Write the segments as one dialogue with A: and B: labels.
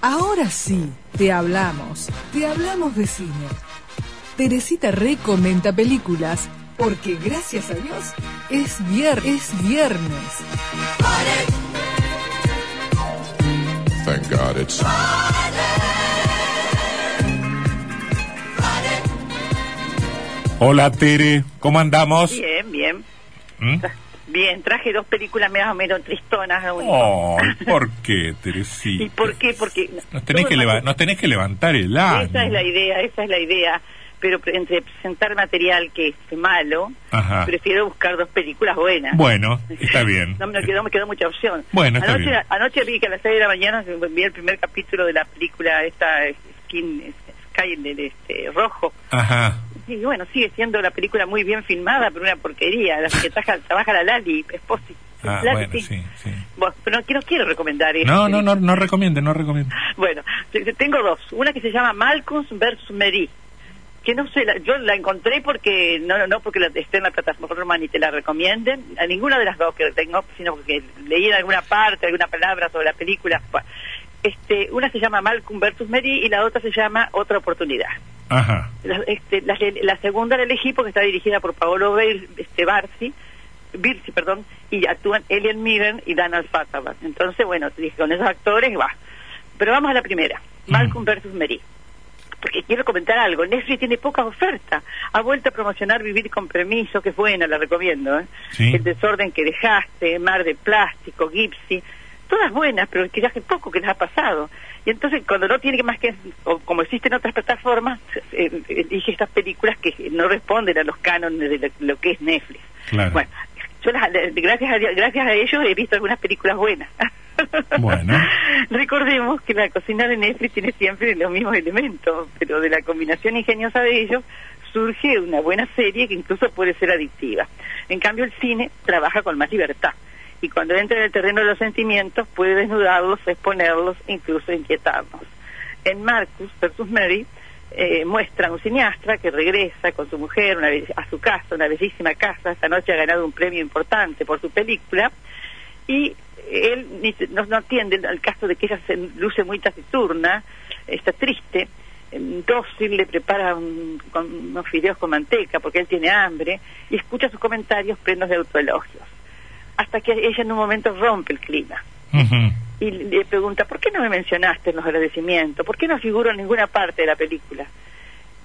A: Ahora sí, te hablamos. Te hablamos de cine. Teresita recomienda películas porque gracias a Dios es viernes. Es viernes.
B: Thank God it's
C: Hola Tere, ¿cómo andamos?
D: Bien, bien.
C: ¿Mm?
D: Bien, traje dos películas más o menos tristonas. lo único.
C: Oh, ¿por qué, Teresita?
D: ¿Y por qué? Porque
C: Nos tenés, que leva- nos tenés que levantar el ánimo.
D: Esa es la idea, esa es la idea. Pero pre- entre presentar material que es malo,
C: Ajá.
D: prefiero buscar dos películas buenas.
C: Bueno, está bien.
D: No me quedó, me quedó mucha opción.
C: Bueno, está
D: anoche,
C: bien.
D: anoche vi que a las 6 de la mañana vi el primer capítulo de la película esta eh, Skin Sky del este, rojo.
C: Ajá.
D: Y bueno, sigue siendo la película muy bien filmada, pero una porquería. La que trabaja, trabaja la Lali, Esposi.
C: Ah,
D: Lali,
C: bueno, sí, sí.
D: Bueno, pero no, quiero- quiero recomendar esto.
C: No, no, no, no recomiende, no recomiende.
D: Bueno, te- te- tengo dos. Una que se llama Malcolm versus Mary. Que no sé, la- yo la encontré porque, no, no, no porque la, esté en la plataforma ni te la recomienden, a ninguna de las dos que tengo, sino porque leí en alguna parte, alguna palabra sobre la película. Bueno, este, una se llama Malcolm versus Mary y la otra se llama Otra Oportunidad.
C: Ajá.
D: La, este, la, la segunda la elegí porque está dirigida por Paolo Beir- este, Barsi, Birsi, perdón, y actúan Elian Mirren y Dan Alfataba. Entonces, bueno, dije, con esos actores va. Pero vamos a la primera, Malcolm versus Mary. Porque quiero comentar algo, Netflix tiene pocas ofertas. Ha vuelto a promocionar Vivir con Permiso, que es buena, la recomiendo. ¿eh?
C: Sí.
D: El desorden que dejaste, Mar de Plástico, Gipsy, todas buenas, pero que ya hace poco que les ha pasado. Y entonces cuando no tiene más que, o como existen otras plataformas, eh, elige estas películas que no responden a los cánones de lo, lo que es Netflix.
C: Claro.
D: Bueno, yo las- gracias, a, gracias a ellos he visto algunas películas buenas.
C: Bueno.
D: Recordemos que la cocina de Netflix tiene siempre los mismos elementos, pero de la combinación ingeniosa de ellos surge una buena serie que incluso puede ser adictiva. En cambio, el cine trabaja con más libertad y cuando entra en el terreno de los sentimientos puede desnudarlos, exponerlos, e incluso inquietarnos. En Marcus versus Mary eh, muestra a un cineasta que regresa con su mujer una be- a su casa, una bellísima casa, esta noche ha ganado un premio importante por su película, y él ni se- no, no atiende al caso de que ella se luce muy taciturna, está triste. Em, Dócil le prepara un- con unos fideos con manteca porque él tiene hambre y escucha sus comentarios plenos de autoelogios. Hasta que ella en un momento rompe el clima
C: Ujú.
D: y le pregunta, ¿por qué no me mencionaste en los agradecimientos? ¿Por qué no figuro en ninguna parte de la película?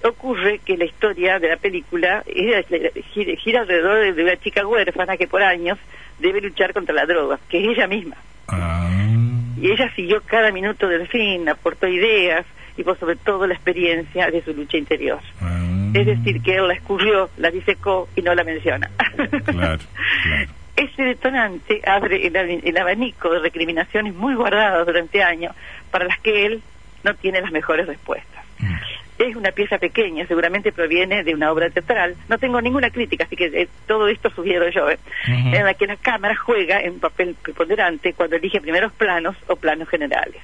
D: Ocurre que la historia de la película es- gira, gira alrededor de- de una chica huérfana que por años debe luchar contra la droga, que es ella misma.
C: Ah.
D: Y ella siguió cada minuto del fin, aportó ideas y por sobre todo la experiencia de su lucha interior.
C: Ah.
D: Es decir, que él la escurrió, la disecó y no la menciona.
C: Claro, claro.
D: Ese detonante abre el, ab- el abanico de recriminaciones muy guardadas durante años para las que él no tiene las mejores respuestas.
C: Mm.
D: Es una pieza pequeña, seguramente proviene de una obra teatral. No tengo ninguna crítica, así que eh, todo esto sugiero yo. ¿eh?
C: Ujú.
D: En la que la cámara juega en papel preponderante cuando elige primeros planos o planos generales.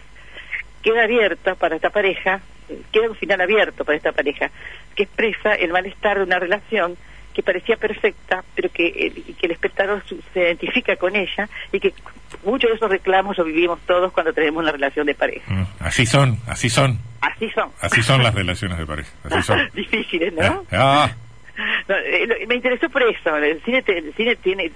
D: Queda abierta para esta pareja, eh, queda un final abierto para esta pareja, que expresa el malestar de una relación que parecía perfecta, pero que el, y que el espectador su- se identifica con ella y que muchos de esos reclamos los vivimos todos cuando tenemos una relación de pareja.
C: Mm. Así son, así son.
D: Así son.
C: Así son las relaciones de pareja. Así son.
D: Difíciles, ¿no?
C: Ah.
D: No, eh, lo- me interesó por eso. El cine, te- el cine tiene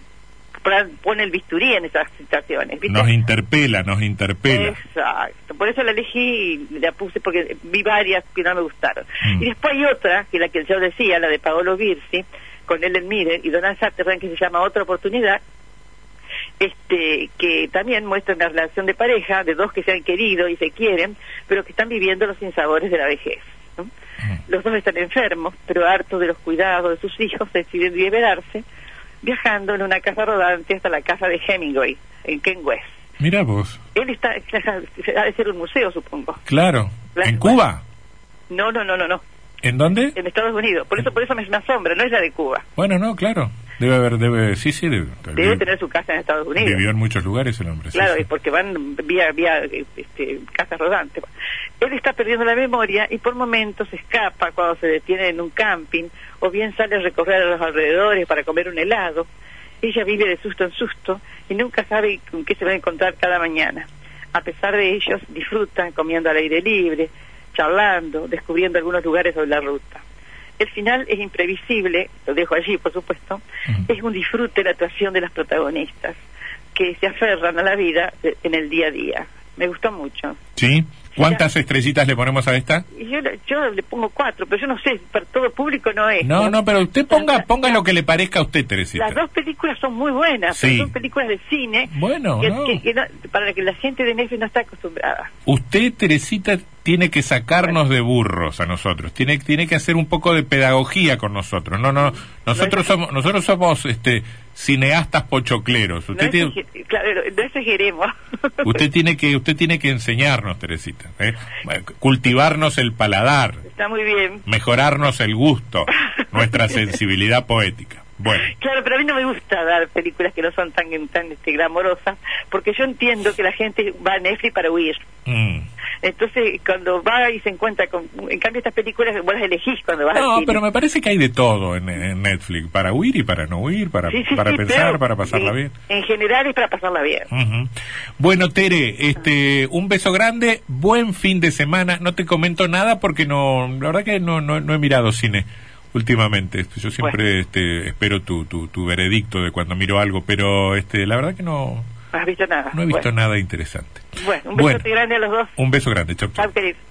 D: pra- pone el bisturí en esas situaciones. ¿viste?
C: Nos interpela, nos interpela.
D: Exacto. Por eso la elegí y la puse porque vi varias que no me gustaron.
C: Mm.
D: Y después hay otra, que es la que yo decía, la de Paolo Birsi, con Ellen Mirren y Donald Sutherland, que se llama Otra Oportunidad, este que también muestra una relación de pareja, de dos que se han querido y se quieren, pero que están viviendo los sinsabores de la vejez. ¿no? Los dos están enfermos, pero hartos de los cuidados de sus hijos, deciden liberarse, viajando en una casa rodante hasta la casa de Hemingway, en Ken West.
C: Mira vos.
D: Él está, ha de ser un museo, supongo.
C: Claro.
D: Claro.
C: ¿En Cuba?
D: No, no, no, no, no.
C: ¿En dóné?
D: En Estados Unidos. Por eso, por eso me, me asombra, no es la de Cuba.
C: Bueno, no, claro. Debe haber, debe, sí, sí, debe.
D: Debe tener su casa en Estados Unidos.
C: Vivió en muchos lugares el hombre. sí,
D: Claro,
C: sí.
D: y porque van vía, vía eh, este, casas rodantes. Él está perdiendo la memoria y por momentos se escapa cuando se detiene en un camping o bien sale a recorrer a los alrededores para comer un helado. Ella vive de susto en susto y nunca sabe con qué se va a encontrar cada mañana. A pesar de ellos, disfrutan comiendo al aire libre, charlando, descubriendo algunos lugares sobre la ruta. El final es imprevisible, lo dejo allí, por supuesto, es un disfrute la actuación de las protagonistas, que se aferran a la vida eh, en el día a día. Me gustó mucho.
C: ¿Sí? ¿Cuántas estrellitas le ponemos a esta?
D: Y yo, le- yo le pongo cuatro, pero yo no sé, para todo público no es.
C: No, no, pero usted ponga
D: Las-
C: ponga lo que le parezca a usted, Teresita.
D: Las dos películas son muy buenas,
C: Sí.
D: pero son películas de cine
C: Bueno,
D: que,
C: no.
D: que- que no- para la que la gente de Netflix no está acostumbrada.
C: Usted, Teresita, tiene que sacarnos de burros a nosotros. Tiene, tiene que hacer un poco de pedagogía con nosotros. No, no, nosotros somos, nosotros somos este, cineastas pochocleros.
D: No
C: Usted,
D: es
C: tiene,
D: exager- claro, no exageremos.
C: usted tiene que, usted tiene que enseñarnos, Teresita. ¿eh? Cultivarnos el paladar,
D: está muy bien.
C: mejorarnos el gusto, nuestra sensibilidad poética. Bueno,
D: Claro, pero a mí no me gusta dar películas que no son tan tan este, glamorosas, porque yo entiendo que la gente va a Netflix para huir.
C: mm.
D: Entonces, cuando va y se encuentra con... En cambio, estas películas vos las elegís cuando vas al
C: no,
D: cine.
C: pero me parece que hay de todo en, en Netflix, para huir y para no huir, para,
D: Sí, sí,
C: para
D: sí,
C: pensar,
D: pero,
C: para pasarla
D: eh,
C: bien.
D: En general es para pasarla bien.
C: Ujú. Bueno, Tere, este, un beso grande, buen fin de semana. No te comento nada porque no, la verdad que no, no, no he mirado cine últimamente. Este, Yo siempre este, espero tu, tu, tu veredicto de cuando miro algo, pero este, la verdad que no,
D: No has visto nada.
C: no he visto
D: bueno,
C: nada interesante.
D: Bueno, un beso
C: Bueno.
D: grande a los dos.
C: Un beso grande, chau, chau.
D: Chao, querido.